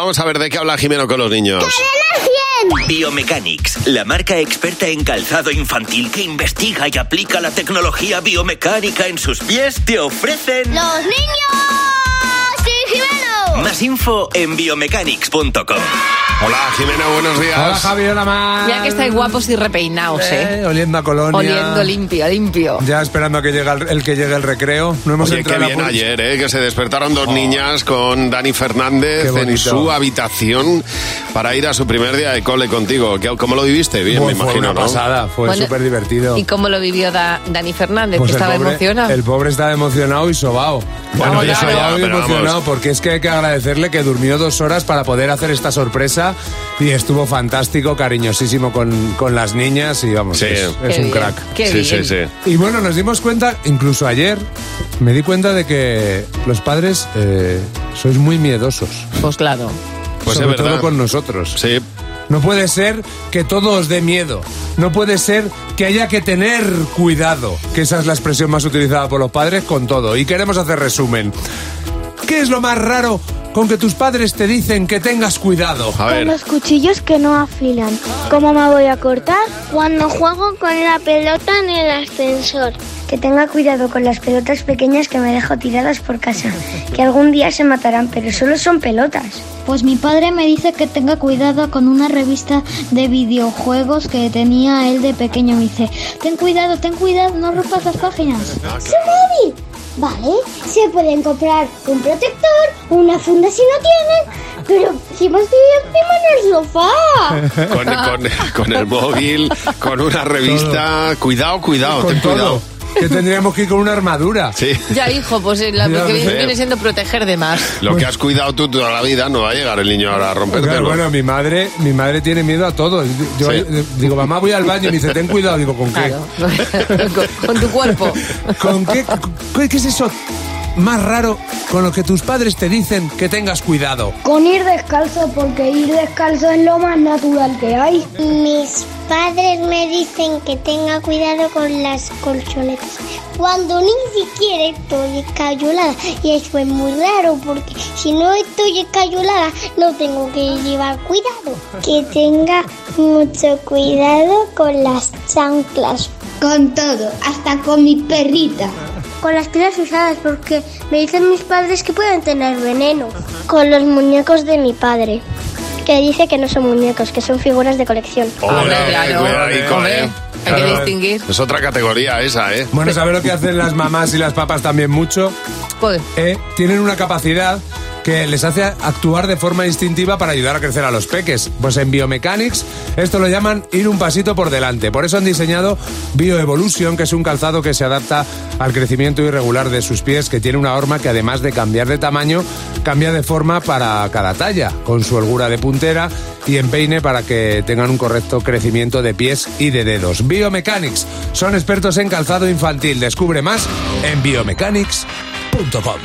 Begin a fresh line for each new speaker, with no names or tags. Vamos a ver de qué habla Jimeno con los niños.
Biomechanics, la marca experta en calzado infantil que investiga y aplica la tecnología biomecánica en sus pies, te ofrecen
¡Los niños! ¡Sí, Jimeno!
más info en biomechanics.com.
Hola Jimeno, buenos días.
Hola Javi, hola Mar.
Mira que estáis guapos y repeinados, ¿eh?
Eh, Oliendo a colonia.
Oliendo limpio, limpio.
Ya esperando a que llegue el, el que llegue el recreo. No hemos
Oye, qué
entrado en la
bien
poli-
ayer, ¿eh? que se despertaron dos niñas con Dani
Qué
Fernández en
bonito.
su habitación para ir a su primer día de cole contigo. ¿Qué- ¿Cómo lo viviste? Bien, me
Bueno, fue
imagino,
una
¿no?
pasada, fue
Bueno,
súper divertido.
¿Y cómo lo vivió Da- Dani Fernández?
Pues
que estaba
pobre,
emocionado.
El pobre estaba emocionado y sobao.
Bueno,
Estaba
ya,
sobao y
pero vamos.
emocionado porque es que hay que agradecerle que durmió dos horas para poder hacer esta sorpresa y estuvo fantástico, cariñosísimo con, con las niñas y vamos,
Sí.
es,
Qué
es
Qué
un
bien,
crack.
Qué
sí, sí,
bien.
sí.
Y bueno, nos dimos cuenta, incluso ayer, me di cuenta de que los padres eh, sois muy miedosos.
Pues claro.
Pues
sobre
es verdad.
todo con nosotros.
Sí.
No puede ser que todo os dé miedo. No puede ser que haya que tener cuidado. Que esa es la expresión más utilizada por los padres con todo. Y queremos hacer resumen. ¿Qué es lo más raro con que tus padres te dicen que tengas cuidado?
A
Con
ver,
los cuchillos que no afilan. ¿Cómo me voy a cortar? Cuando juego con la pelota en el ascensor.
Que tenga cuidado con las pelotas pequeñas que me dejo tiradas por casa, que algún día se matarán, pero solo son pelotas.
Pues mi padre me dice que tenga cuidado con una revista de videojuegos que tenía él de pequeño. Me dice, ten cuidado, ten cuidado, no rompas las páginas.
¡Su móvil! Vale, se pueden comprar un protector, una funda si no tienen, pero si hemos vivido encima en el sofá.
con, con- con el móvil, con una revista. Cuidado, cuidado, ten
con
cuidado.
todo. Que tendríamos que ir con una armadura.
Sí.
Ya, hijo, pues eh, la,
Ya
lo que
lo
viene,
sé.
viene siendo proteger de más.
Lo que has cuidado tú toda la vida no va a llegar el niño ahora a romperte
Claro, bueno, mi madre, mi madre tiene miedo a todo. Yo
Sí.
digo, mamá, voy al baño y me dice, ten cuidado. Digo, ¿con qué?
Claro. con, con tu cuerpo.
¿Con qué, con- qué es eso más raro con lo que tus padres te dicen que tengas cuidado?
Con ir descalzo, porque ir descalzo es lo más natural que hay.
Mis padres me dicen que tenga cuidado con las colchonetas. Cuando ni siquiera estoy escayolada. Y eso es muy raro porque si no estoy escayolada no tengo que llevar cuidado. Que tenga mucho cuidado con las chanclas.
Con todo, hasta con mi perrita.
Con las pilas usadas porque me dicen mis padres que pueden tener veneno. Con los muñecos de mi padre. Que dice que no son muñecos, que son figuras de colección.
Hombre,
Hombre, claro.
cuidado ahí con,
Hombre,
eh.
hay que
Claro.
distinguir.
Es otra categoría esa, ¿eh?
Bueno, ¿sabes lo que hacen las mamás y las papas también mucho?
Pues,
Eh, tienen una capacidad que les hace actuar de forma instintiva para ayudar a crecer a los peques. Pues en Biomechanics esto lo llaman ir un pasito por delante. Por eso han diseñado Bioevolution, que es un calzado que se adapta al crecimiento irregular de sus pies, que tiene una horma que además de cambiar de tamaño, cambia de forma para cada talla, con su holgura de puntera y empeine para que tengan un correcto crecimiento de pies y de dedos. Biomechanics son expertos en calzado infantil. Descubre más en biomechanics.com.